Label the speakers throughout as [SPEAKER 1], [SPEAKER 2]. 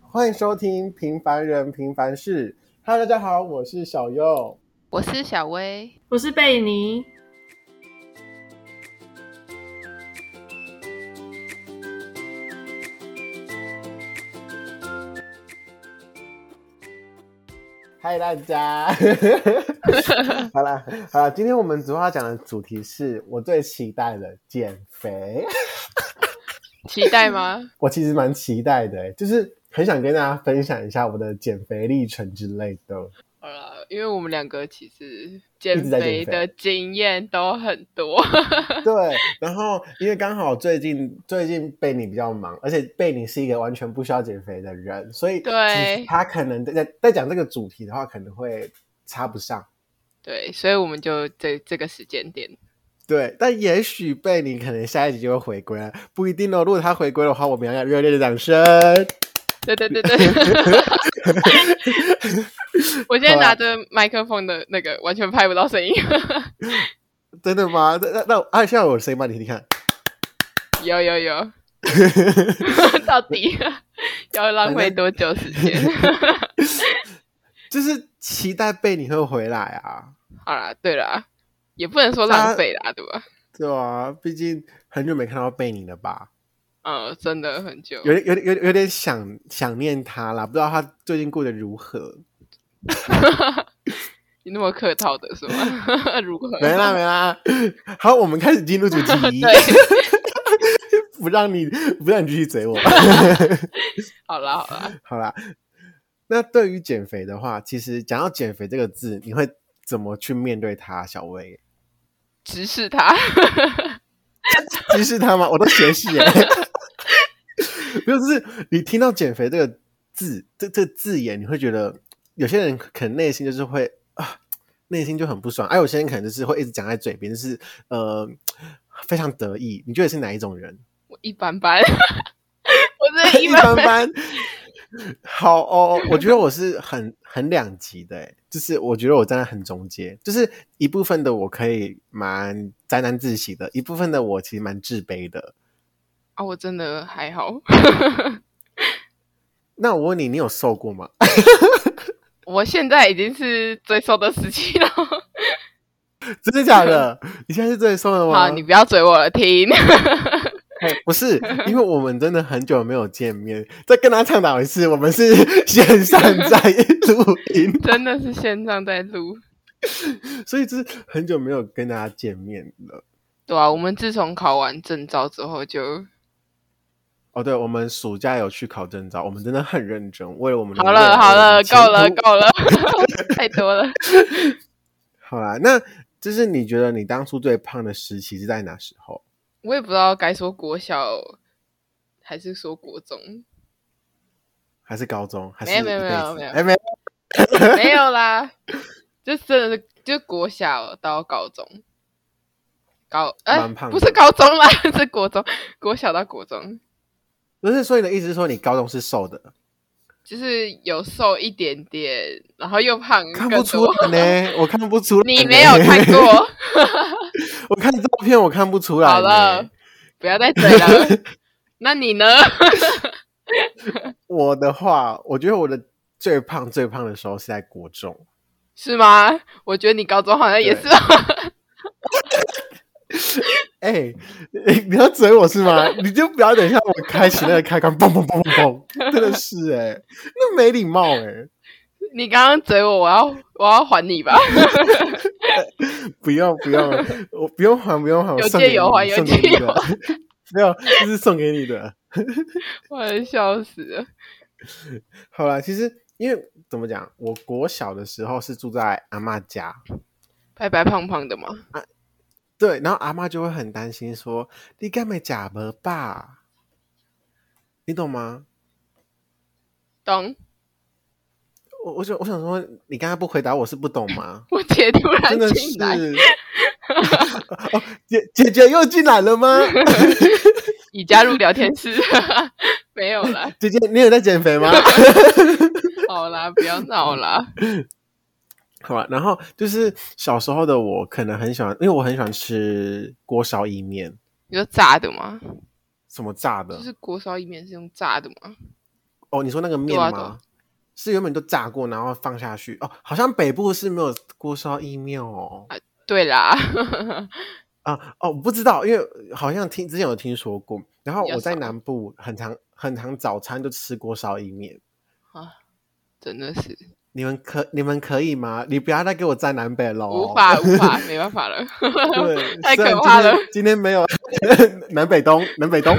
[SPEAKER 1] 欢迎收听《平凡人平凡事》。Hello，大家好，我是小优。
[SPEAKER 2] 我是小薇，
[SPEAKER 3] 我是贝尼。
[SPEAKER 1] 嗨，大家。好啦，好啦，今天我们主要讲的主题是我最期待的减肥。
[SPEAKER 2] 期待吗？
[SPEAKER 1] 我其实蛮期待的、欸，就是很想跟大家分享一下我的减肥历程之类的。
[SPEAKER 2] 好了，因为我们两个其实减
[SPEAKER 1] 直在减
[SPEAKER 2] 肥的经验都很多，
[SPEAKER 1] 对，然后因为刚好最近最近贝尼比较忙，而且贝尼是一个完全不需要减肥的人，所以
[SPEAKER 2] 对
[SPEAKER 1] 其实他可能在在在讲这个主题的话，可能会插不上。
[SPEAKER 2] 对，所以我们就这这个时间点，
[SPEAKER 1] 对，但也许贝尼可能下一集就会回归了，不一定哦。如果他回归的话，我们要要热烈的掌声。
[SPEAKER 2] 对对对对， 我现在
[SPEAKER 1] 啊
[SPEAKER 2] 拿着麦克风的那个完全拍不到声音，
[SPEAKER 1] 真的吗？那那那啊，现在我的声音吗？你听听看。
[SPEAKER 2] 有 有有，到底要浪费多久时间？
[SPEAKER 1] 就是期待贝尼会回来啊，
[SPEAKER 2] 好啦，对啦，也不能说浪费啦，对吧？
[SPEAKER 1] 对啊，毕竟很久没看到贝尼了吧，
[SPEAKER 2] 嗯，真的很久，
[SPEAKER 1] 有点有点有点有点想想念他啦，不知道他最近过得如何。
[SPEAKER 2] 你那么客套的是吗？ 如何？
[SPEAKER 1] 没啦没啦， 好，我们开始进入主题，
[SPEAKER 2] 对，
[SPEAKER 1] 不让你不让你继续嘴我。
[SPEAKER 2] 好啦好啦，
[SPEAKER 1] 好啦，那对于减肥的话，其实讲到减肥这个字，你会怎么去面对它？小薇，
[SPEAKER 2] 直视他。
[SPEAKER 1] 歧视他吗？我都斜视 耶。没有，就是你听到减肥这个字，这这字眼，你会觉得有些人可能内心就是会啊，内心就很不爽，而、有些人可能就是会一直讲在嘴边，就是呃非常得意。你觉得是哪一种人？
[SPEAKER 2] 我一般般，我真的
[SPEAKER 1] 一
[SPEAKER 2] 一
[SPEAKER 1] 般
[SPEAKER 2] 般般。
[SPEAKER 1] 般。好哦，我觉得我是很很两极的欸，就是我觉得我站在很中间，就是一部分的我可以蛮沾沾自喜的，一部分的我其实蛮自卑的。
[SPEAKER 2] 啊，我真的还好，
[SPEAKER 1] 那我问你，你有瘦过吗？
[SPEAKER 2] 我现在已经是最瘦的时期 了。
[SPEAKER 1] 真的假的？你现在是最瘦的吗？
[SPEAKER 2] 好，你不要追我了，停。
[SPEAKER 1] 嘿 不是，因为我们真的很久没有见面，再跟他倡导一次，我们是线上在录音，
[SPEAKER 2] 真的是线上在录，
[SPEAKER 1] 所以就是很久没有跟大家见面了。
[SPEAKER 2] 对啊，我们自从考完证照之后就
[SPEAKER 1] 哦，对，我们暑假有去考证照，我们真的很认真，为了我们的
[SPEAKER 2] 好
[SPEAKER 1] 未
[SPEAKER 2] 了，
[SPEAKER 1] 来
[SPEAKER 2] 好了，
[SPEAKER 1] 的前
[SPEAKER 2] 够了，
[SPEAKER 1] 途
[SPEAKER 2] 够了， 太多了。
[SPEAKER 1] 好啦，那就是你觉得你当初最胖的时期是在哪时候？
[SPEAKER 2] 我也不知道该说国小还是说国中，
[SPEAKER 1] 还是高中？还是
[SPEAKER 2] 没有没有
[SPEAKER 1] 一辈
[SPEAKER 2] 没有
[SPEAKER 1] 子
[SPEAKER 2] 没有
[SPEAKER 1] 哎没有
[SPEAKER 2] 没有啦，就真的是就国小到高中，高哎、
[SPEAKER 1] 蛮胖的
[SPEAKER 2] 不是高中啦， 是国中，国小到国中，
[SPEAKER 1] 不是，所以你的意思是说你高中是瘦的，
[SPEAKER 2] 就是有瘦一点点，然后又胖
[SPEAKER 1] 看
[SPEAKER 2] 嗯更
[SPEAKER 1] 不出
[SPEAKER 2] 多。
[SPEAKER 1] 来呢，我看不出来。
[SPEAKER 2] 你没有 看，过，
[SPEAKER 1] 我看照片我看不出来。
[SPEAKER 2] 好了，，不要再嘴了。 那你呢？
[SPEAKER 1] 我的话，我觉得我的最胖最胖的时候是在国中，
[SPEAKER 2] 是吗？我觉得你高中好像也是
[SPEAKER 1] 对。哎、哎你要嘴我是 吗？你就不要等一下我开启那个开关，嘣嘣嘣嘣嘣，真的是哎、那没礼貌哎、
[SPEAKER 2] 你刚刚嘴我，我要我要还你吧。
[SPEAKER 1] 不用不用，我不用还不用还，我
[SPEAKER 2] 有
[SPEAKER 1] 送给
[SPEAKER 2] 借有
[SPEAKER 1] 你
[SPEAKER 2] 还 有
[SPEAKER 1] 送给
[SPEAKER 2] 借
[SPEAKER 1] 你
[SPEAKER 2] 有
[SPEAKER 1] 的，没有，这是送给你的。
[SPEAKER 2] 我要笑死了。
[SPEAKER 1] 好啦，其实因为怎么讲，我国小的时候是住在阿嬷家，
[SPEAKER 2] 白白胖胖的嘛，
[SPEAKER 1] 对，然后阿嬷就会很担心说：“你干没假没吧？”你懂吗？
[SPEAKER 2] 懂？
[SPEAKER 1] 我我想我想说，你刚刚不回答我是不懂吗？
[SPEAKER 2] 我姐突
[SPEAKER 1] 真
[SPEAKER 2] 然
[SPEAKER 1] 的
[SPEAKER 2] 进
[SPEAKER 1] 是，
[SPEAKER 2] 来，
[SPEAKER 1] 哦，姐姐姐又进来了 吗？
[SPEAKER 2] 已加入聊天室， 没有啦，
[SPEAKER 1] 姐姐，你有在减肥吗？
[SPEAKER 2] 好啦，不要闹啦。
[SPEAKER 1] 好吧，然后就是小时候的我，可能很喜欢，因为我很喜欢吃锅烧意面，
[SPEAKER 2] 你说炸的吗？
[SPEAKER 1] 什么炸的，
[SPEAKER 2] 就是锅烧意面是用炸的吗？
[SPEAKER 1] 哦，你说那个面
[SPEAKER 2] 对啊
[SPEAKER 1] 吗？
[SPEAKER 2] 对啊
[SPEAKER 1] 是原本都炸过，然后放下去哦。好像北部是没有锅烧意面哦。
[SPEAKER 2] 对啦，
[SPEAKER 1] 啊哦，不知道，因为好像听之前有听说过，然后
[SPEAKER 2] 比较
[SPEAKER 1] 我在
[SPEAKER 2] 少
[SPEAKER 1] 南部很常很常早餐都吃锅烧意面。
[SPEAKER 2] 真的是
[SPEAKER 1] 你们可你们可以吗？你不要再给我站南北喽！
[SPEAKER 2] 无法无法，没办法了。
[SPEAKER 1] 哦 对，
[SPEAKER 2] 太
[SPEAKER 1] 虽然
[SPEAKER 2] 可
[SPEAKER 1] 今
[SPEAKER 2] 怕
[SPEAKER 1] 天
[SPEAKER 2] 了。
[SPEAKER 1] 今天没有 南北东，南北东。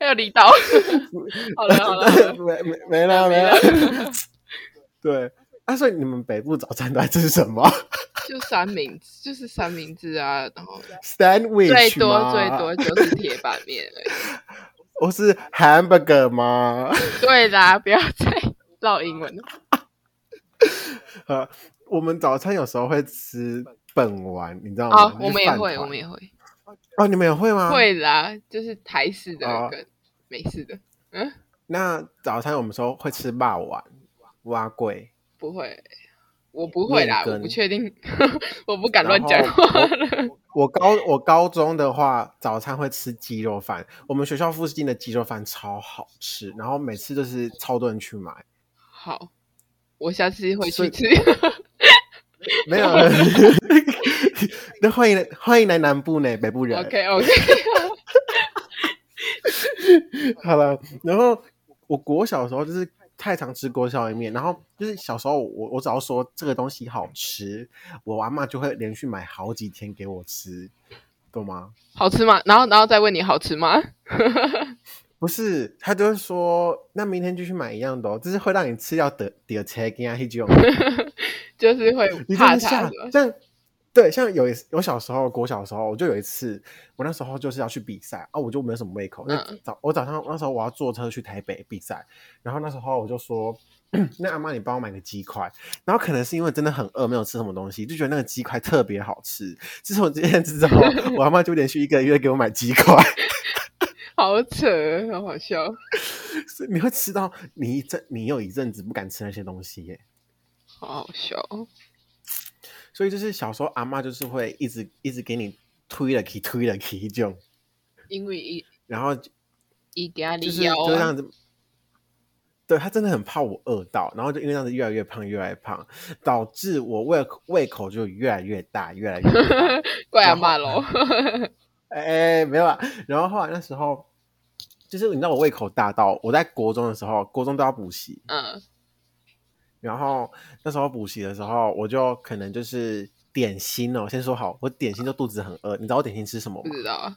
[SPEAKER 2] 还有离岛， 好了好了好了，
[SPEAKER 1] 没没没了没
[SPEAKER 2] 没
[SPEAKER 1] 了
[SPEAKER 2] 了。
[SPEAKER 1] 对，啊，所以你们北部早餐都在吃什 么
[SPEAKER 2] 就三明治，就是三明治啊，然后
[SPEAKER 1] ？Sandwich
[SPEAKER 2] 最多
[SPEAKER 1] 吗
[SPEAKER 2] 最多，就是铁板面而已。
[SPEAKER 1] 我是 hamburger 吗？
[SPEAKER 2] 对啦，不要再唠英文了。
[SPEAKER 1] 呃，我们早餐有时候会吃本丸，你知道吗？
[SPEAKER 2] 哦，
[SPEAKER 1] 就是
[SPEAKER 2] 我们也
[SPEAKER 1] 饭
[SPEAKER 2] 会，
[SPEAKER 1] 团
[SPEAKER 2] 我们也会，
[SPEAKER 1] 哦，你们也会吗？。
[SPEAKER 2] 会啦，就是台式
[SPEAKER 1] 啊
[SPEAKER 2] 的跟美式的
[SPEAKER 1] 那早餐我们说会吃霸丸、蛙桂，
[SPEAKER 2] 不会，我不会
[SPEAKER 1] 面
[SPEAKER 2] 啦，
[SPEAKER 1] 羹
[SPEAKER 2] 我不确定， 我不敢
[SPEAKER 1] 然
[SPEAKER 2] 乱讲
[SPEAKER 1] 后
[SPEAKER 2] 话。
[SPEAKER 1] 我高我高中的话，早餐会吃鸡肉饭，我们学校附近的鸡肉饭超好吃，然后每次都是超多人去买。
[SPEAKER 2] 好，我下次会
[SPEAKER 1] 所以
[SPEAKER 2] 去吃。
[SPEAKER 1] 没有，那欢迎来欢迎来南部呢，北部人。
[SPEAKER 2] OK OK，
[SPEAKER 1] 好了，然后我国小的时候就是太常吃锅烧意面，然后就是小时候我我只要说这个东西好吃，我阿妈就会连续买好几天给我吃，懂吗？
[SPEAKER 2] 好吃吗？然后然后再问你好吃吗？
[SPEAKER 1] 不是，她就会说那明天就去买一样的、哦，就是会让你吃掉得得切跟啊那 种。
[SPEAKER 2] 就是会
[SPEAKER 1] 你真
[SPEAKER 2] 怕
[SPEAKER 1] 的
[SPEAKER 2] 它
[SPEAKER 1] 吓
[SPEAKER 2] 是吧？
[SPEAKER 1] 像对，像有一次我小时候，国小的时候，我就有一次，我那时候就是要去比赛啊，我就没有什么胃口。那
[SPEAKER 2] 嗯
[SPEAKER 1] 早我早上那时候我要坐车去台北比赛，然后那时候我就说， 那阿妈你帮我买个鸡块。然后可能是因为真的很饿，没有吃什么东西，就觉得那个鸡块特别好吃。自从这件事之 后，我阿妈就连续一个月给我买鸡块。
[SPEAKER 2] 好扯，好好笑。
[SPEAKER 1] 所以你会吃到你一阵，你有一阵子不敢吃那些东西耶。
[SPEAKER 2] 好好笑哦，
[SPEAKER 1] 所以就是小时候阿妈就是会一直一直给你推了去推了去这种，
[SPEAKER 2] 因为一
[SPEAKER 1] 然后就
[SPEAKER 2] 一给他
[SPEAKER 1] 就
[SPEAKER 2] 理
[SPEAKER 1] 是
[SPEAKER 2] 腰
[SPEAKER 1] 就这
[SPEAKER 2] 啊，
[SPEAKER 1] 样子。对他真的很怕我饿到，然后就因为这样子越来越胖，越来越胖，导致我胃口胃口就越来越大，越来越大。
[SPEAKER 2] 怪阿
[SPEAKER 1] 然后
[SPEAKER 2] 妈喽。
[SPEAKER 1] 哎、没有啊。然后后来那时候，就是你知道我胃口大到我在国中的时候，国中都要补习，
[SPEAKER 2] 嗯，
[SPEAKER 1] 然后那时候补习的时候，我就可能就是点心哦，先说好，我点心就肚子很饿，你知道我点心吃什么
[SPEAKER 2] 不
[SPEAKER 1] 吗？
[SPEAKER 2] 知道啊。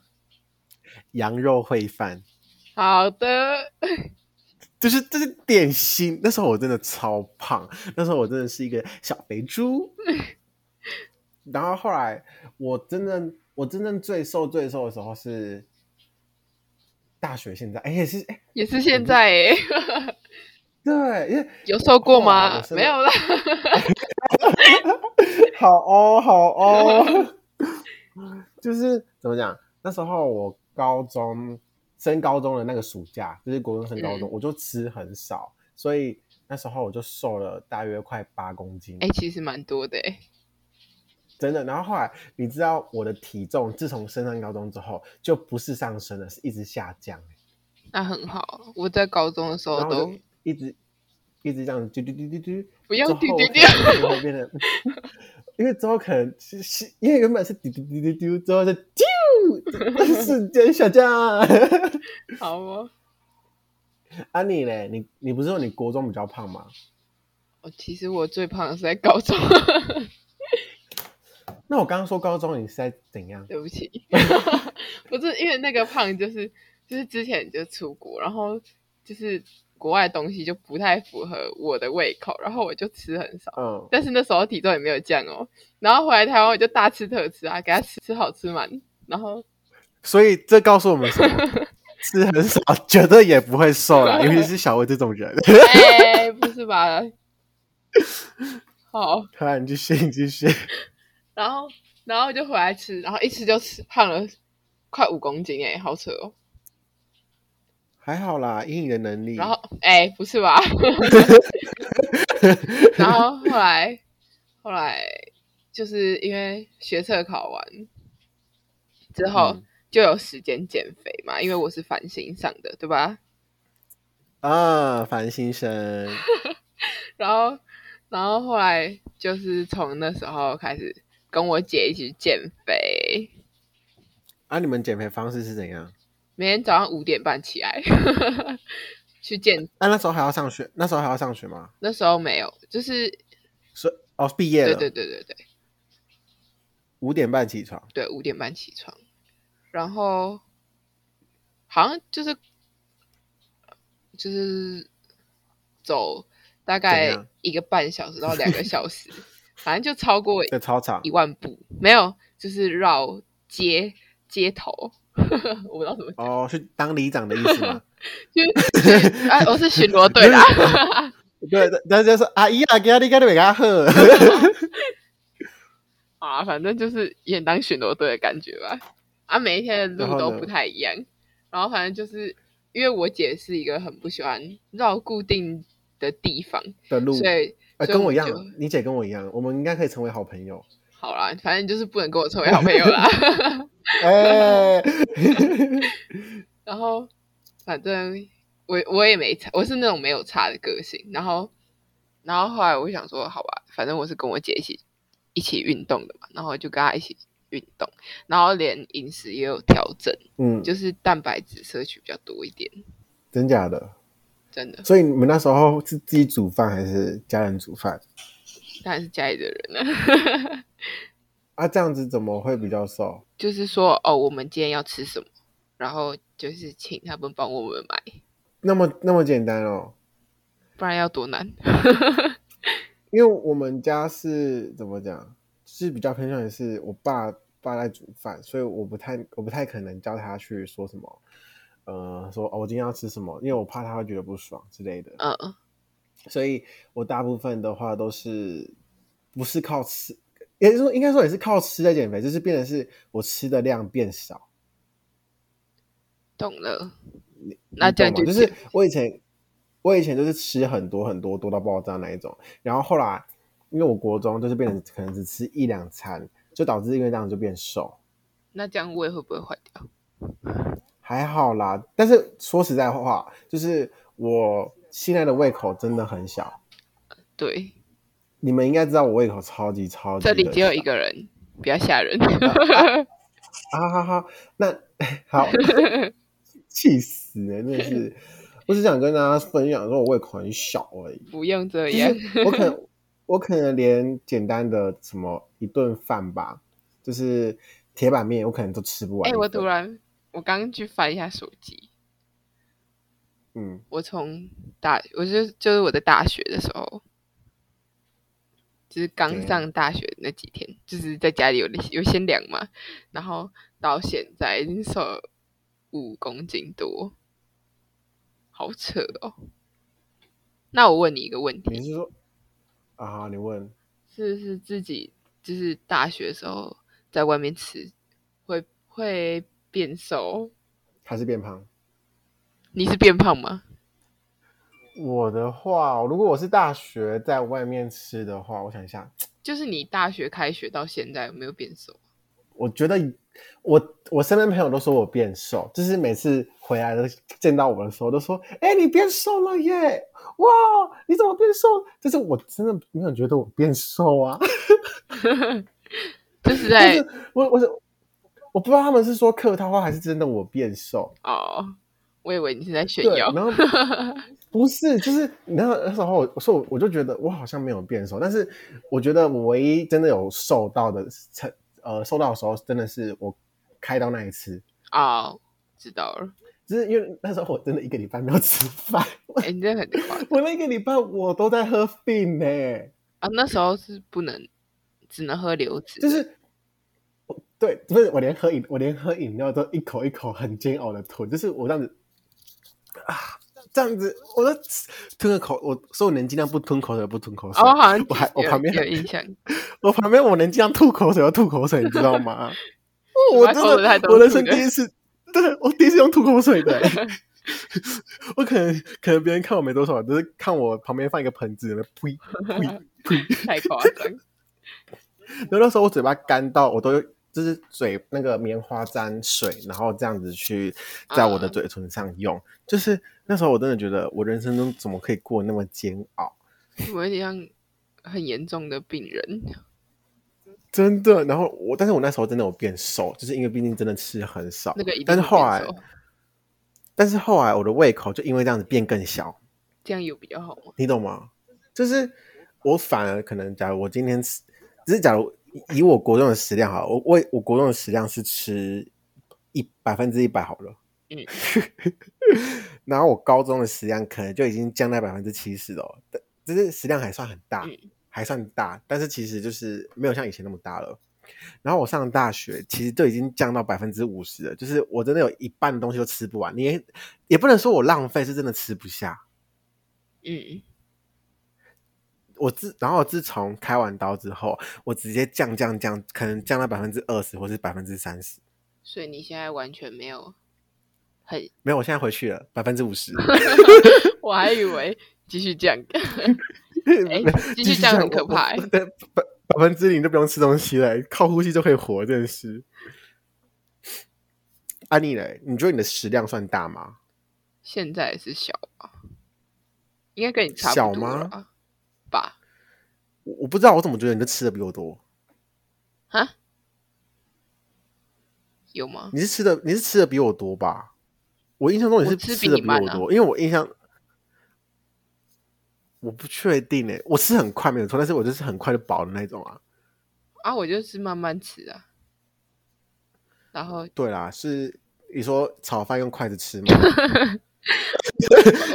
[SPEAKER 1] 羊肉烩饭，
[SPEAKER 2] 好的，
[SPEAKER 1] 就是这是点心。那时候我真的超胖，那时候我真的是一个小肥猪。然后后来我真正我真正最瘦最瘦的时候是大学，现在哎也是哎
[SPEAKER 2] 也是现在诶，
[SPEAKER 1] 对，因为
[SPEAKER 2] 有瘦过
[SPEAKER 1] 后来哦我
[SPEAKER 2] 吗？
[SPEAKER 1] 是
[SPEAKER 2] 没有啦，
[SPEAKER 1] 好哦，好哦，就是怎么讲？那时候我高中升高中的那个暑假，就是国中升高中，我就吃很少，所以那时候我就瘦了大约快八公斤，
[SPEAKER 2] 哎、其实蛮多的诶。
[SPEAKER 1] 真的。然后后来你知道我的体重自从升上高中之后，就不是上升了，是一直下降，欸
[SPEAKER 2] 那很好。我在高中的时候
[SPEAKER 1] 然后我
[SPEAKER 2] 都
[SPEAKER 1] 就一直一直这样嘟嘟嘟嘟嘟。
[SPEAKER 2] 不用
[SPEAKER 1] 之后
[SPEAKER 2] 丢
[SPEAKER 1] 我
[SPEAKER 2] 丢
[SPEAKER 1] 可
[SPEAKER 2] 丢，
[SPEAKER 1] 能就会变得，因为之后可能是是因为原本是丢丢丢丢丢，之后就丢，瞬间下降。
[SPEAKER 2] 好哦。
[SPEAKER 1] 啊你嘞，你你不是说你国中比较胖吗？
[SPEAKER 2] 我哦其实我最胖的是在高中，
[SPEAKER 1] 那我刚刚说高中你是在怎样？
[SPEAKER 2] 对不起，不是因为那个胖就是就是之前就出国，然后就是国外的东西就不太符合我的胃口，然后我就吃很少。
[SPEAKER 1] 嗯，
[SPEAKER 2] 但是那时候体重也没有降哦。然后回来台湾我就大吃特吃啊，给他吃吃好吃满，然后
[SPEAKER 1] 所以这告诉我们什么？ 吃很少，绝对也不会瘦啦，尤其是小薇这种人。
[SPEAKER 2] 哎、不是吧？好，
[SPEAKER 1] 好，你继续，你继续。
[SPEAKER 2] 然后然后就回来吃，然后一吃就吃胖了快五公斤哎、好扯哦。
[SPEAKER 1] 还好啦，以你的能力。
[SPEAKER 2] 然后哎、不是吧？ 然后后来后来就是因为学测考完之后。
[SPEAKER 1] 嗯
[SPEAKER 2] 就有时间减肥嘛，因为我是繁星上的，对吧？
[SPEAKER 1] 啊，烦心生，
[SPEAKER 2] 然后，然后后来就是从那时候开始跟我姐一起减肥，
[SPEAKER 1] 啊，你们减肥方式是怎样？
[SPEAKER 2] 每天早上五点半起来 去健。
[SPEAKER 1] 啊，那时候还要上学，那时候还要上学吗？
[SPEAKER 2] 那时候没有，就是
[SPEAKER 1] 所以哦，毕业
[SPEAKER 2] 对
[SPEAKER 1] 了，
[SPEAKER 2] 对对对对
[SPEAKER 1] 五点半起床，
[SPEAKER 2] 对，五点半起床，然后好像就是就是走大
[SPEAKER 1] 怎
[SPEAKER 2] 概
[SPEAKER 1] 样
[SPEAKER 2] 一个半小时到两个 小时，反正就超过
[SPEAKER 1] 在操场
[SPEAKER 2] 一万步，没有，就是绕街街头， 我不知道怎么讲，
[SPEAKER 1] 哦，去当里长的意思 吗？
[SPEAKER 2] 就是哎，我是巡逻队啦，
[SPEAKER 1] 对，然后就说阿姨啊，给他你给你给他喝，
[SPEAKER 2] 啊，反正就是也当巡逻队的感觉吧。啊，每一天的
[SPEAKER 1] 然
[SPEAKER 2] 路
[SPEAKER 1] 后
[SPEAKER 2] 都
[SPEAKER 1] 呢
[SPEAKER 2] 不太一样，然后反正就是因为我姐是一个很不喜欢绕固定的地方，
[SPEAKER 1] 的路，
[SPEAKER 2] 所以
[SPEAKER 1] 呃，
[SPEAKER 2] 所以
[SPEAKER 1] 跟我
[SPEAKER 2] 我
[SPEAKER 1] 一样
[SPEAKER 2] 就，
[SPEAKER 1] 你姐跟我一样，我们应该可以成为好朋 友。
[SPEAKER 2] 好啦，反正就是不能跟我成为好朋 友啦。
[SPEAKER 1] 哎，
[SPEAKER 2] 然后反正我我也没差，我是那种没有差的个性。然后然后后来我就想说，好吧，反正我是跟我姐一起一起运动的嘛，然后就跟她一起运动，然后连饮食也有调整，
[SPEAKER 1] 嗯，
[SPEAKER 2] 就是蛋白质摄取比较多一点，
[SPEAKER 1] 真假的？
[SPEAKER 2] 真的。
[SPEAKER 1] 所以你们那时候是自己煮饭还是家人煮饭？
[SPEAKER 2] 当然是家里的人了，
[SPEAKER 1] 啊，这样子怎么会比较瘦？
[SPEAKER 2] 就是说哦，我们今天要吃什么，然后就是请他们帮我们买，
[SPEAKER 1] 那么那么简单哦？
[SPEAKER 2] 不然要多难。
[SPEAKER 1] 因为我们家是怎么讲，是比较偏向于是我爸爸在煮饭，所以我不太我不太可能教他去说什么，呃，说哦我今天要吃什么，因为我怕他会觉得不爽之类的。
[SPEAKER 2] 嗯，
[SPEAKER 1] 所以我大部分的话都是不是靠吃，也就是说应该说也是靠吃在减肥，就是变得是我吃的量变少。
[SPEAKER 2] 懂了。
[SPEAKER 1] 你
[SPEAKER 2] 那这样
[SPEAKER 1] 懂吗
[SPEAKER 2] 就
[SPEAKER 1] 就是
[SPEAKER 2] 减
[SPEAKER 1] 我以前我以前就是吃很多很多多到爆炸那一种，然后后来因为我国中就是变成可能只吃一两餐，就导致因为这样就变瘦，
[SPEAKER 2] 那这样胃会不会坏掉？
[SPEAKER 1] 还好啦。但是说实在话，就是我现在的胃口真的很小。
[SPEAKER 2] 对，
[SPEAKER 1] 你们应该知道我胃口超级超级
[SPEAKER 2] 这
[SPEAKER 1] 的小，
[SPEAKER 2] 里只有一个人，比较吓人。
[SPEAKER 1] 啊，好好，那好，气死人，真的是。我只想跟大家分享，说我胃口很小而已，
[SPEAKER 2] 不用这
[SPEAKER 1] 就
[SPEAKER 2] 样，
[SPEAKER 1] 是 我可能我可能连简单的什么一顿饭吧，就是铁板面，我可能都吃不完
[SPEAKER 2] 哎、
[SPEAKER 1] 一份。
[SPEAKER 2] 我突然，我刚刚去翻一下手机，
[SPEAKER 1] 嗯，
[SPEAKER 2] 我从大，我就就是我在大学的时候，就是刚
[SPEAKER 1] 对
[SPEAKER 2] 上大学那几天，就是在家里有有先量嘛，然后到现在已经瘦了五公斤多，好扯哦。那我问你一个问
[SPEAKER 1] 你
[SPEAKER 2] 题，
[SPEAKER 1] 是说啊？好你问
[SPEAKER 2] 是不是自己就是大学的时候在外面吃会会变瘦？
[SPEAKER 1] 还是变胖？
[SPEAKER 2] 你是变胖吗？
[SPEAKER 1] 我的话，如果我是大学在外面吃的话，我想一下，
[SPEAKER 2] 就是你大学开学到现在有没有变瘦？
[SPEAKER 1] 我觉得我我身边朋友都说我变瘦，就是每次回来都见到我的时候都说：“哎、你变瘦了耶！哇，你怎么变瘦？”就是我真的没有觉得我变瘦啊，
[SPEAKER 2] 就是
[SPEAKER 1] 就
[SPEAKER 2] 在
[SPEAKER 1] 是我我是我不知道他们是说客套话还是真的我变瘦。
[SPEAKER 2] 哦，我以为你是在炫
[SPEAKER 1] 对，
[SPEAKER 2] 耀
[SPEAKER 1] 然。后不是，就是然后那时候我我说我我就觉得我好像没有变瘦，但是我觉得我唯一真的有瘦到的，呃，瘦到的时候真的是我开刀那一次。
[SPEAKER 2] 哦，知道 了。
[SPEAKER 1] 就是因为那时候我真的一个礼拜没有吃饭，
[SPEAKER 2] 哎、你真的很夸张
[SPEAKER 1] 我那个礼拜我都在喝欸冰呢、
[SPEAKER 2] 啊！那时候是不能，只能喝流质的，
[SPEAKER 1] 就是我对，不是我连喝饮，我连喝饮料都一口一口很煎熬的吞，就是我这样子啊，这样子，我都吞个口，我所以我能尽量不吞口水，不吞口水。
[SPEAKER 2] 哦，好像
[SPEAKER 1] 我还
[SPEAKER 2] 有
[SPEAKER 1] 我旁边
[SPEAKER 2] 有印象，
[SPEAKER 1] 我旁边我能尽量吐口水，我吐口水，你知道 吗？哦，
[SPEAKER 2] 我
[SPEAKER 1] 我
[SPEAKER 2] 把
[SPEAKER 1] 真
[SPEAKER 2] 口水太
[SPEAKER 1] 的，
[SPEAKER 2] 多
[SPEAKER 1] 我人
[SPEAKER 2] 吐
[SPEAKER 1] 生
[SPEAKER 2] 的
[SPEAKER 1] 第一次，对我第一次用吐口水 的、我可能可能别人看我没多少，就是看我旁边放一个盆子，呸呸呸！
[SPEAKER 2] 太夸张。
[SPEAKER 1] 然后那时候我嘴巴干到我都就是嘴那个棉花沾水，然后这样子去在我的
[SPEAKER 2] 嗯
[SPEAKER 1] 嘴唇上用。就是那时候我真的觉得我人生中怎么可以过那么煎熬，
[SPEAKER 2] 我有点像很严重的病人，
[SPEAKER 1] 真的。然后我，但是我那时候真的有变瘦，就是因为毕竟真的吃很少。
[SPEAKER 2] 那个一定
[SPEAKER 1] 但是
[SPEAKER 2] 会变
[SPEAKER 1] 后来
[SPEAKER 2] 瘦，
[SPEAKER 1] 但是后来我的胃口就因为这样子变更小，
[SPEAKER 2] 这样有比较好吗？
[SPEAKER 1] 你懂吗？就是我反而可能，假如我今天吃，只是假如以以我国中的食量好了，我我我国中的食量是吃一百分之一百好了，
[SPEAKER 2] 嗯，
[SPEAKER 1] 然后我高中的食量可能就已经降到百分之七十了哦，但就是食量还算很大，
[SPEAKER 2] 嗯
[SPEAKER 1] 还算大，但是其实就是没有像以前那么大了。然后我上大学，其实都已经降到百分之五十了，就是我真的有一半的东西都吃不完，你也也不能说我浪费，是真的吃不下。
[SPEAKER 2] 嗯，
[SPEAKER 1] 我自然后自从开完刀之后，我直接降降降，可能降到百分之二十或是百分之三十。
[SPEAKER 2] 所以你现在完全没有 很，
[SPEAKER 1] 没有，我现在回去了百分之五十，
[SPEAKER 2] 我还以为继续降，
[SPEAKER 1] 没有
[SPEAKER 2] 继续降很可
[SPEAKER 1] 我
[SPEAKER 2] 怕欸
[SPEAKER 1] 我对，百百分之零都不用吃东西了，欸靠呼吸就可以活，真的是。安妮嘞，你觉得你的食量算大吗？
[SPEAKER 2] 现在是小吧，应该跟你差
[SPEAKER 1] 小
[SPEAKER 2] 不多
[SPEAKER 1] 吗
[SPEAKER 2] 了吧吧？
[SPEAKER 1] 我我不知道，我怎么觉得你都吃的比我多？
[SPEAKER 2] 哈？有吗？
[SPEAKER 1] 你是吃的，你是吃的比我多吧？我印象中你是
[SPEAKER 2] 我吃比
[SPEAKER 1] 的
[SPEAKER 2] 你
[SPEAKER 1] 比
[SPEAKER 2] 慢
[SPEAKER 1] 我
[SPEAKER 2] 啊
[SPEAKER 1] 多，因为我印象我不确定诶、我吃很快没有错，但是我就是很快就饱的那种啊。
[SPEAKER 2] 啊，我就是慢慢吃啊，然后
[SPEAKER 1] 对啦，是你说炒饭用筷子 吃吗？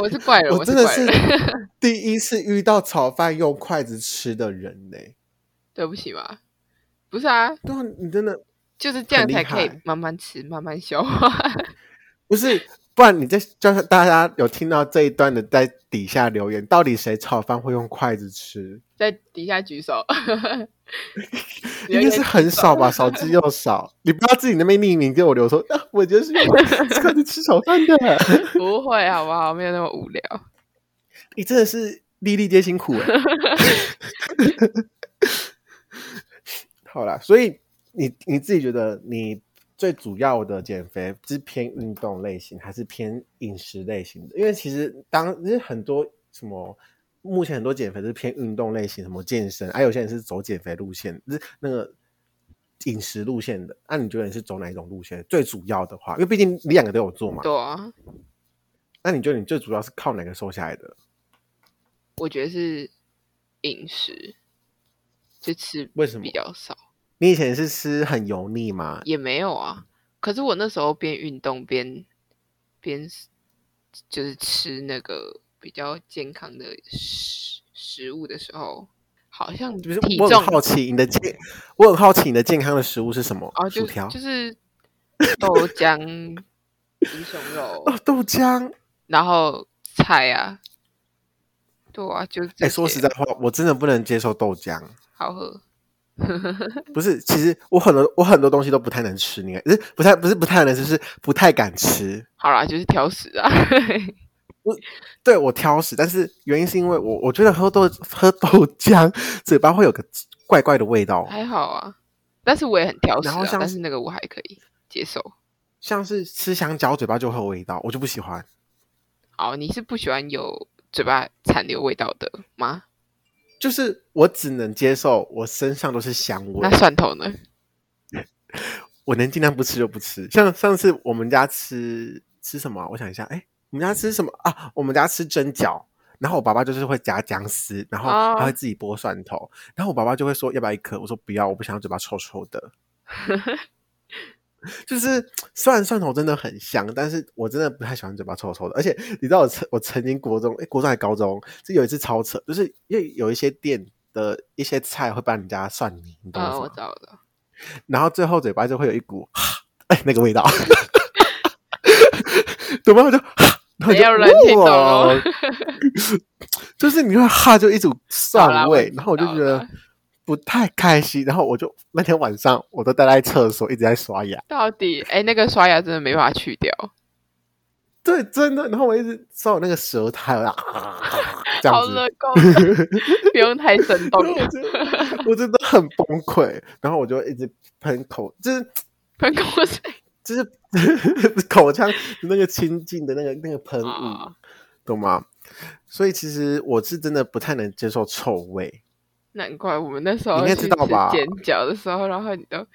[SPEAKER 2] 我是怪 人，
[SPEAKER 1] 我
[SPEAKER 2] 我
[SPEAKER 1] 真的
[SPEAKER 2] 怪
[SPEAKER 1] 是
[SPEAKER 2] 人，
[SPEAKER 1] 第一次遇到炒饭用筷子吃的人呢、
[SPEAKER 2] 对不起嘛，不是啊，
[SPEAKER 1] 对啊，你真的
[SPEAKER 2] 就是这样
[SPEAKER 1] 很厉
[SPEAKER 2] 才可以
[SPEAKER 1] 害
[SPEAKER 2] 慢慢吃，慢慢消化。
[SPEAKER 1] 不是，不然你在就是大家有听到这一段的，在底下留言，到底谁炒饭会用筷子吃？
[SPEAKER 2] 在底下 举手，
[SPEAKER 1] 应该是很少吧，少之又少。你不要自己那边匿名给我留说，啊、我就是 用筷子吃炒饭的。
[SPEAKER 2] 不会好不好？没有那么无聊。
[SPEAKER 1] 你欸真的是粒粒皆辛苦哎、好啦，所以你你自己觉得你最主要的减肥是偏运动类型还是偏饮食类型的？因为其实当因为很多什么。目前很多减肥都是偏运动类型，什么健身，啊还、有些人是走减肥路线，就是那个饮食路线的。那、你觉得你是走哪一种路线？最主要的话，因为毕竟你两个都有做嘛，
[SPEAKER 2] 对啊，
[SPEAKER 1] 那你觉得你最主要是靠哪个瘦下来的？
[SPEAKER 2] 我觉得是饮食，就吃
[SPEAKER 1] 为什么
[SPEAKER 2] 比较少，
[SPEAKER 1] 你以前是吃很油腻吗？
[SPEAKER 2] 也没有啊。可是我那时候边运动边边就是吃那个比较健康的食食物的时候，好像
[SPEAKER 1] 就是
[SPEAKER 2] 体
[SPEAKER 1] 我
[SPEAKER 2] 重
[SPEAKER 1] 很好奇你的健，我很好奇你的健康的食物是什么？
[SPEAKER 2] 哦，
[SPEAKER 1] 薯
[SPEAKER 2] 就
[SPEAKER 1] 条、
[SPEAKER 2] 就是豆浆、鸡胸肉，
[SPEAKER 1] 哦，豆浆。
[SPEAKER 2] 然后菜啊，对啊，就
[SPEAKER 1] 哎、
[SPEAKER 2] 这
[SPEAKER 1] 说实在
[SPEAKER 2] 些
[SPEAKER 1] 话，我真的不能接受豆浆。
[SPEAKER 2] 好喝，
[SPEAKER 1] 不是，其实我很多我很多东西都不太能吃，你看，不是不太不是不太能吃，是不太敢吃。
[SPEAKER 2] 好啦，就是挑食啊，
[SPEAKER 1] 对我挑食，但是原因是因为我我觉得喝豆喝豆浆，嘴巴会有个怪怪的味道，
[SPEAKER 2] 还好啊，但是我也很挑食、
[SPEAKER 1] 然
[SPEAKER 2] 啊
[SPEAKER 1] 后，像
[SPEAKER 2] 但
[SPEAKER 1] 是
[SPEAKER 2] 是那个我还可以接受。
[SPEAKER 1] 像是吃香蕉嘴巴就会有味道，我就不喜欢。
[SPEAKER 2] 好，你是不喜欢有嘴巴残留味道的吗？
[SPEAKER 1] 就是我只能接受我身上都是香味。
[SPEAKER 2] 那蒜 头呢？
[SPEAKER 1] 我能尽量不吃就不吃。像上次我们家吃吃什么啊？我想一下，哎，我们家吃什么啊？我们家吃蒸饺，然后我爸爸就是会夹姜丝，然后
[SPEAKER 2] 哦
[SPEAKER 1] 他会自己剥蒜头，然后我爸爸就会说要不要一颗？我说不要，我不想要嘴巴臭臭的。 就是虽然蒜头真的很香，但是我真的不太喜欢嘴巴臭臭的。而且你知道我曾我曾经国中，哎、国中还高中，就有一次超扯，就是因为有一些店的一些菜会帮你加蒜泥，你懂我意思
[SPEAKER 2] 嗯，
[SPEAKER 1] 吗？
[SPEAKER 2] 我知道了。
[SPEAKER 1] 然后最后嘴巴就会有一股 哎那个味道， 怎么我就 然后
[SPEAKER 2] 没
[SPEAKER 1] 就
[SPEAKER 2] 有人听懂哦
[SPEAKER 1] 哇 就是你会哈就一股蒜味，然后我就觉得
[SPEAKER 2] 到了
[SPEAKER 1] 不太开心，然后我就那天晚上我都待在厕所一直在刷牙，
[SPEAKER 2] 到底哎、那个刷牙真的没办法去掉，
[SPEAKER 1] 对，真的。然后我一直照那个舌苔啊， 这样
[SPEAKER 2] 好哦
[SPEAKER 1] 子，
[SPEAKER 2] 了，够 了，不用太生动
[SPEAKER 1] 然后我
[SPEAKER 2] 了，
[SPEAKER 1] 真的我真的很崩溃。然后我就一直喷口，就是
[SPEAKER 2] 喷口水
[SPEAKER 1] 就是 口腔那个清净的那个那个喷雾，
[SPEAKER 2] 啊，
[SPEAKER 1] 懂吗？所以其实我是真的不太能接受臭味。
[SPEAKER 2] 难怪我们那时候
[SPEAKER 1] 你应该
[SPEAKER 2] 去
[SPEAKER 1] 知道
[SPEAKER 2] 吃
[SPEAKER 1] 吧
[SPEAKER 2] 煎饺的时候，然后你都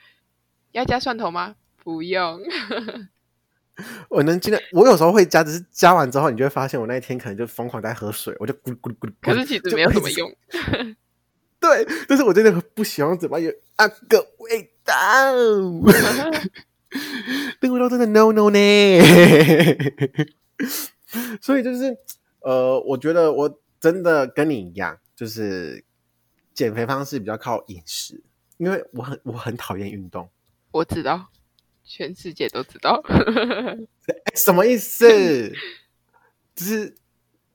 [SPEAKER 2] 要加蒜头吗？不用，
[SPEAKER 1] 我能尽量，我有时候会加，只是加完之后，你就会发现我那一天可能就疯狂在喝水，我就咕噜咕噜咕噜。
[SPEAKER 2] 可是其实
[SPEAKER 1] 就
[SPEAKER 2] 没有
[SPEAKER 1] 我一
[SPEAKER 2] 什么
[SPEAKER 1] 直
[SPEAKER 2] 用。
[SPEAKER 1] 对，但是我真的很不喜欢嘴巴有那个味道，那个味道真的 no no 呢。所以就是呃，我觉得我真的跟你一样，就是减肥方式比较靠饮食，因为我很我很讨厌运动。
[SPEAKER 2] 我知道，全世界都知道。
[SPEAKER 1] 哎，什么意思？ 就是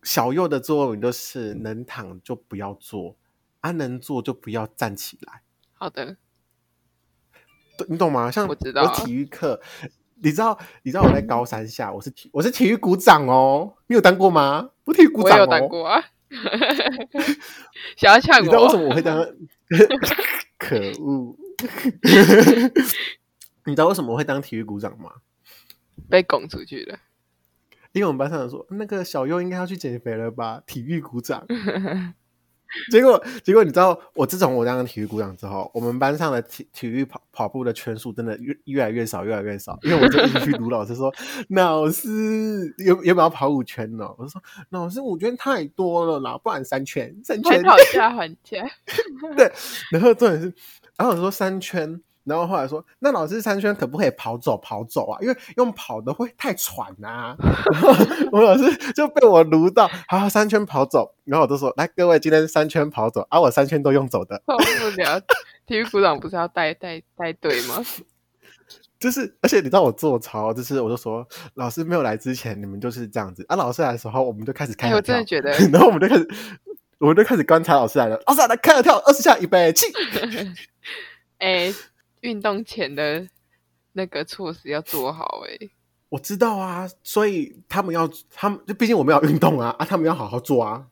[SPEAKER 1] 小右的座右铭都是能躺就不要坐，啊能坐就不要站起来。
[SPEAKER 2] 好的，
[SPEAKER 1] 对你懂吗？像
[SPEAKER 2] 我知道
[SPEAKER 1] 体育课，你知道，你知道我在高三下，我是体我是体育股长哦，你有当过吗？我体育股
[SPEAKER 2] 我
[SPEAKER 1] 长、哦，
[SPEAKER 2] 有当。过啊。 想要呛
[SPEAKER 1] 你知道为什
[SPEAKER 2] 我？
[SPEAKER 1] 么我会当？ 可 恶！你知道为什么我会当体育股长吗？
[SPEAKER 2] 被拱出去了。
[SPEAKER 1] 因为我们班上人说，那个小优应该要去减肥了吧？体育股 长。结果，结果你知道，我自从我当了体育股长之后，我们班上的体体育跑跑步的圈数真的越越来越少，越来越少。因为我就一直去读老师说，老师原原本要跑五圈呢，我就说老师五圈太多了啦，不然三圈，三
[SPEAKER 2] 还
[SPEAKER 1] 圈。
[SPEAKER 2] 讨价还 价，
[SPEAKER 1] 然后重点是，然后我说三圈，然后后来说，那老师三圈可不可以跑走跑走啊？因为用跑的会太喘呐、然 后我老师就被我撸到，好三圈跑走，然后我就说，来各位今天三圈跑走啊，我三圈都用走的，
[SPEAKER 2] 受不了。体育股长不是要带带带队 吗？
[SPEAKER 1] 就是而且你知道我做操，哦就是我就说老师没有来之前你们就是这样子啊，老师来的时候我们就开始开
[SPEAKER 2] 哎，
[SPEAKER 1] 合
[SPEAKER 2] 我
[SPEAKER 1] 跳，
[SPEAKER 2] 真的觉得
[SPEAKER 1] 然后我们就开始。我们就开始观察老师来了，老师来了，开合跳二十下，预备起。
[SPEAKER 2] 哎、运动前的那个措施要做好、 哎，
[SPEAKER 1] 我知道啊，所以他们要，他们就毕竟我们要运动啊， 啊，他们要好好做啊。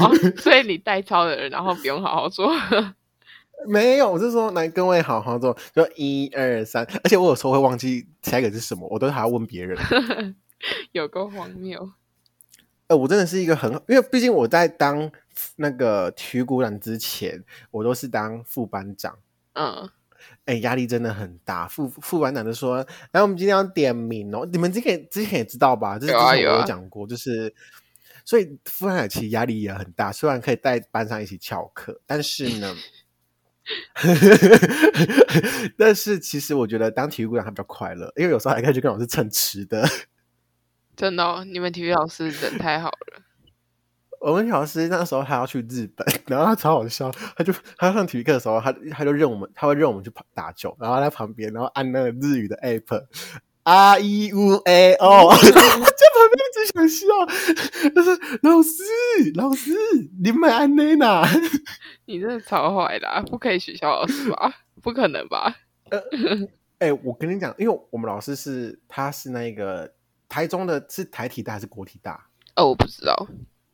[SPEAKER 2] 哦，所以你带操的人，然后不用好好做，
[SPEAKER 1] 没有，我是说来各位好好做，就一二三。而且我有时候会忘记下一个是什么，我都还要问别人。
[SPEAKER 2] 有够荒谬。
[SPEAKER 1] 呃，我真的是一个很，因为毕竟我在当那个体育股长之前，我都是当副班长。
[SPEAKER 2] 嗯，
[SPEAKER 1] 哎，压力真的很大。副副班长就说：“来，我们今天要点名哦。”你们之前之前也知道吧？就是
[SPEAKER 2] 有
[SPEAKER 1] 之
[SPEAKER 2] 啊
[SPEAKER 1] 前
[SPEAKER 2] 有
[SPEAKER 1] 我
[SPEAKER 2] 啊
[SPEAKER 1] 有讲过，就是所以副班长其实压力也很大。虽然可以带班上一起翘课，但是 呢，但是其实我觉得当体育股长还比较快乐，因为有时候还可以去跟老师蹭吃的。
[SPEAKER 2] 真的、哦，你们体育老师人太好了，
[SPEAKER 1] 我们老师那时候还要去日本， 然后他超好笑，他就他上体育课的时候，他他就认我们，他会认我们去跑打球，然后他在旁边，然后按那个日语的 app。R E U A O，我 在旁边只想笑，他说：“老师，老师，你买安内娜。”
[SPEAKER 2] 你真的超坏的、啊，不可以取消老师吧？不可能吧？
[SPEAKER 1] 哎、我跟你讲，因为我们老师是他是那个台中的，是台体大还是国体大？
[SPEAKER 2] 哦，我不知 道，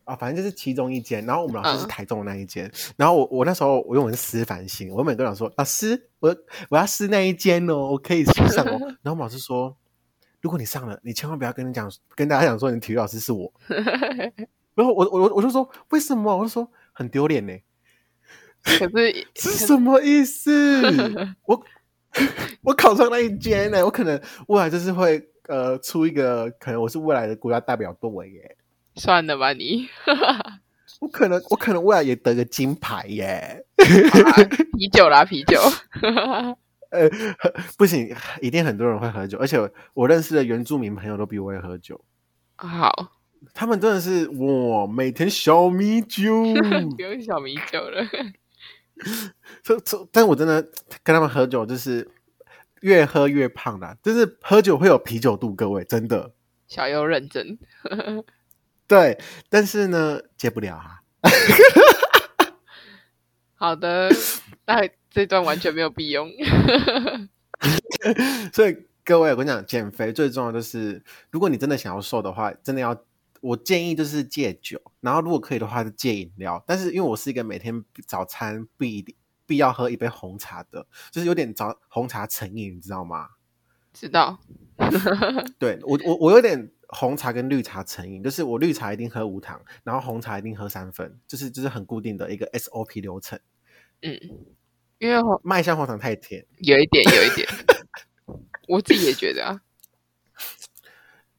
[SPEAKER 1] 啊，反正就是其中一间，然后我们老师是
[SPEAKER 2] 嗯
[SPEAKER 1] 台中的那一间，然后我我那时候我用的是师范性，我每个人说老师，我我要试那一间哦，我可以去上哦，然后我们老师说，如果你上了，你千万不要跟你讲跟大家讲说你体育老师是我，然后我我我就说为什么？我就说很丢脸呢，
[SPEAKER 2] 可是
[SPEAKER 1] 是什么意思？ 我我考上那一间呢，我可能未来就是会呃出一个，可能我是未来的国家代表队耶。
[SPEAKER 2] 算了吧你，
[SPEAKER 1] 我可能，我可能未来也得个金牌耶！
[SPEAKER 2] 好啦啤酒啦啤酒，
[SPEAKER 1] 呃， 不行，一定很多人会喝酒，而且我认识的原住民朋友都比我会喝酒，
[SPEAKER 2] 好，
[SPEAKER 1] 他们真的是哇，每天小米酒，
[SPEAKER 2] 不用小米酒了，
[SPEAKER 1] 这这，但我真的跟他们喝酒就是越喝越胖啦，就是喝酒会有啤酒肚，各位真的
[SPEAKER 2] 小优认真，
[SPEAKER 1] 对，但是呢，戒不了啊。
[SPEAKER 2] 好的，那这段完全没有必用。
[SPEAKER 1] 所以各位，我跟你讲，减肥最重要就是，如果你真的想要瘦的话，真的要，我建议就是戒酒，然后如果可以的话，就戒饮料。但是因为我是一个每天早餐必必要喝一杯红茶的，就是有点早红茶成瘾，你知道吗？
[SPEAKER 2] 知道。
[SPEAKER 1] 对我，我我有点红茶跟绿茶成瘾，就是我绿茶一定喝无糖，然后红茶一定喝三分，就是就是很固定的一个 SOP 流程。
[SPEAKER 2] 嗯，因为
[SPEAKER 1] 麦香红糖太甜，
[SPEAKER 2] 有一点，有一点。 我自己也觉得啊，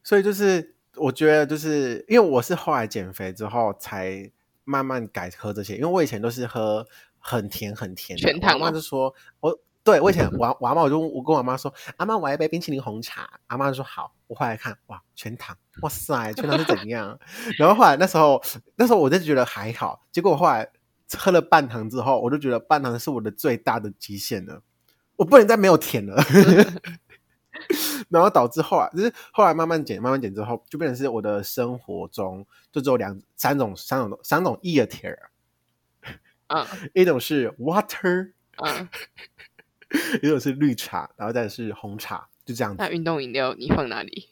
[SPEAKER 1] 所以就是我觉得就是因为我是后来减肥之后才慢慢改喝这些，因为我以前都是喝很甜很甜
[SPEAKER 2] 全糖。
[SPEAKER 1] 我妈就说，我对我以前我我妈我就我跟我妈说，阿妈我要一杯冰淇淋红茶，阿妈说好。我后来看哇，全糖，哇塞，全糖是怎样？ 然后后来那时候那时候我就觉得还好，结果后来喝了半糖之后，我就觉得半糖是我的最大的极限了。我不能再没有甜了 然后导致后来就是后来慢慢减，慢慢减之后，就变成是我的生活中就只有两三种、三种、三种 e a t e r
[SPEAKER 2] 嗯，
[SPEAKER 1] 一种是 water，
[SPEAKER 2] 嗯，
[SPEAKER 1] 一种是绿茶，然后再是红茶，就这样子。
[SPEAKER 2] 那运动饮料你放哪里？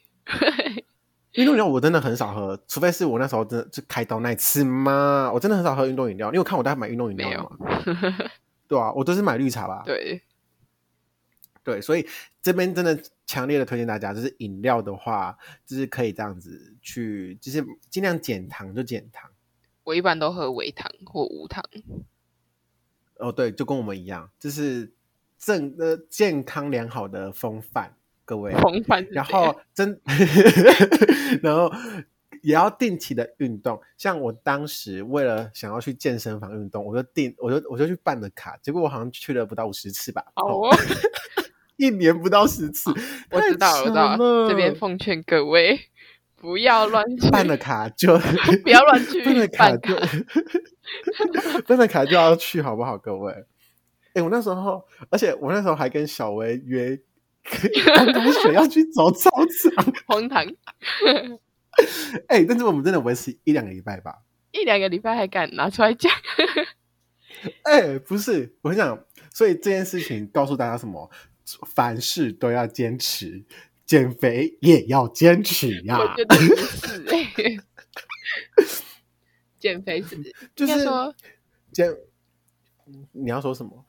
[SPEAKER 1] 运动饮料我真的很少喝，除非是我那时候真的就开刀那一次嘛，我真的很少喝运动饮料，因为我看我大家买运动饮料嘛，对啊，我都是买绿茶吧，
[SPEAKER 2] 对。
[SPEAKER 1] 对，所以这边真的强烈的推荐大家，就是饮料的话，就是可以这样子去，就是尽量减糖就减糖。
[SPEAKER 2] 我一般都喝微糖或无糖。
[SPEAKER 1] 哦，对，就跟我们一样，就是正呃健康良好的风范，各位
[SPEAKER 2] 风范。啊
[SPEAKER 1] 然后真， 然后也要定期的运动。像我当时为了想要去健身房运动，我就定，我就我就去办了卡，结果我好像去了不到五十次吧。
[SPEAKER 2] 哦。
[SPEAKER 1] 一年不到十次，
[SPEAKER 2] 我知道，我知道。这边奉劝各位不要乱去
[SPEAKER 1] 办了卡就
[SPEAKER 2] 不要乱去
[SPEAKER 1] 办了
[SPEAKER 2] 卡
[SPEAKER 1] 就 办了卡就要去，好不好，各位？哎、欸，我那时候，而且我那时候还跟小薇 约刚开学要去走操场，
[SPEAKER 2] 荒唐。
[SPEAKER 1] 哎、欸，但是我们真的维持一两个礼拜吧，
[SPEAKER 2] 一两个礼拜还敢拿出来讲？
[SPEAKER 1] 哎、欸，不是，我想，所以这件事情告诉大家什么？凡事都要坚持，减肥也要坚持呀、
[SPEAKER 2] 啊。我觉得不是哎、欸， 减肥是
[SPEAKER 1] 就是
[SPEAKER 2] 说
[SPEAKER 1] 减，你要说什么？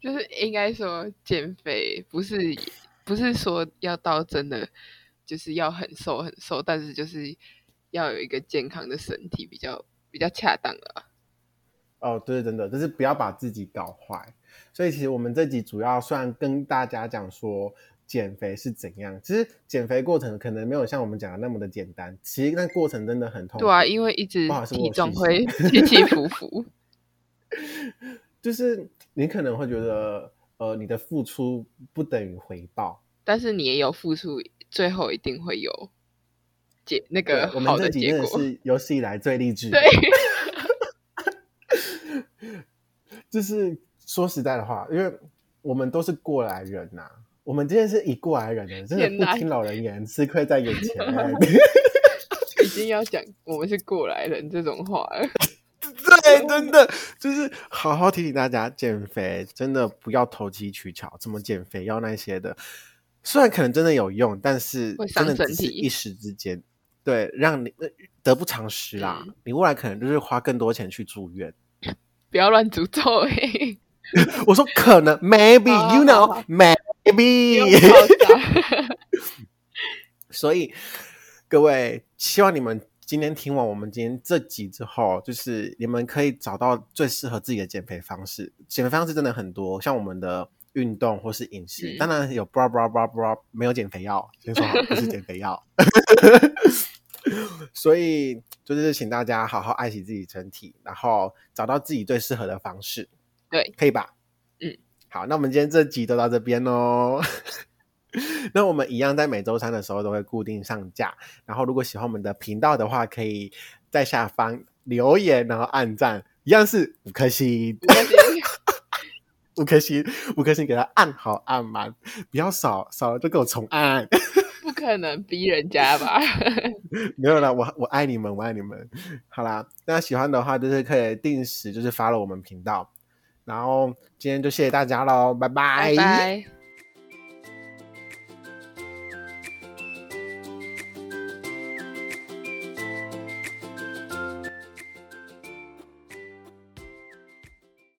[SPEAKER 2] 就是应该说减肥不是不是说要到真的就是要很瘦很瘦，但是就是要有一个健康的身体比较比较恰当了、啊。
[SPEAKER 1] 哦，对，真的，就是不要把自己搞坏。所以其实我们这集主要算跟大家讲说减肥是怎样。其实减肥过程可能没有像我们讲的那么的简单，其实那过程真的很痛苦。
[SPEAKER 2] 对啊，因为一直体重会起起 伏伏，
[SPEAKER 1] 就是你可能会觉得呃你的付出不等于回报，
[SPEAKER 2] 但是你也有付出，最后一定会有结那个
[SPEAKER 1] 我
[SPEAKER 2] 好
[SPEAKER 1] 的
[SPEAKER 2] 结果。
[SPEAKER 1] 是有史以来最励志，
[SPEAKER 2] 对，
[SPEAKER 1] 就是。说实在的话，因为我们都是过来人呐、啊，我们今天是以过来人的，真的不听老人言，吃亏在眼前。
[SPEAKER 2] 已经要讲我们是过来人这种话了，
[SPEAKER 1] 对，真的就是好好提醒大家，减肥真的不要投机取巧，怎么减肥要那些的，虽然可能真的有用，但是真的只是一时之间，对，让你呃得不偿失啦。嗯、你未来可能就是花更多钱去住院，
[SPEAKER 2] 不要乱诅咒哎、 欸。
[SPEAKER 1] 我说可能，maybe you know
[SPEAKER 2] 啊
[SPEAKER 1] maybe，所以各位，希望你们今天听完我们今天这集之后，就是你们可以找到最适合自己的减肥方式。减肥方式真的很多，像我们的运动或是饮食，嗯、当然有 bra bra bra bra，没有减肥药，先说好不是减肥药。 所以就是请大家好好爱惜自己身体，然后找到自己最适合的方式。
[SPEAKER 2] 对，
[SPEAKER 1] 可以吧？
[SPEAKER 2] 嗯，
[SPEAKER 1] 好，那我们今天这集就到这边喽。 那我们一样在每周三的时候都会固定上架。然后，如果喜欢我们的频道的话，可以在下方留言，然后按赞，一样是五颗星，五颗星，五颗星给他按好按满，不要少少了就给我重按。
[SPEAKER 2] 不可能逼人家吧？
[SPEAKER 1] 没有啦，我我爱你们，我爱你们。好啦，那喜欢的话就是可以定时就是发了我们频道。然后今天就谢谢大家喽，拜
[SPEAKER 2] 拜。拜拜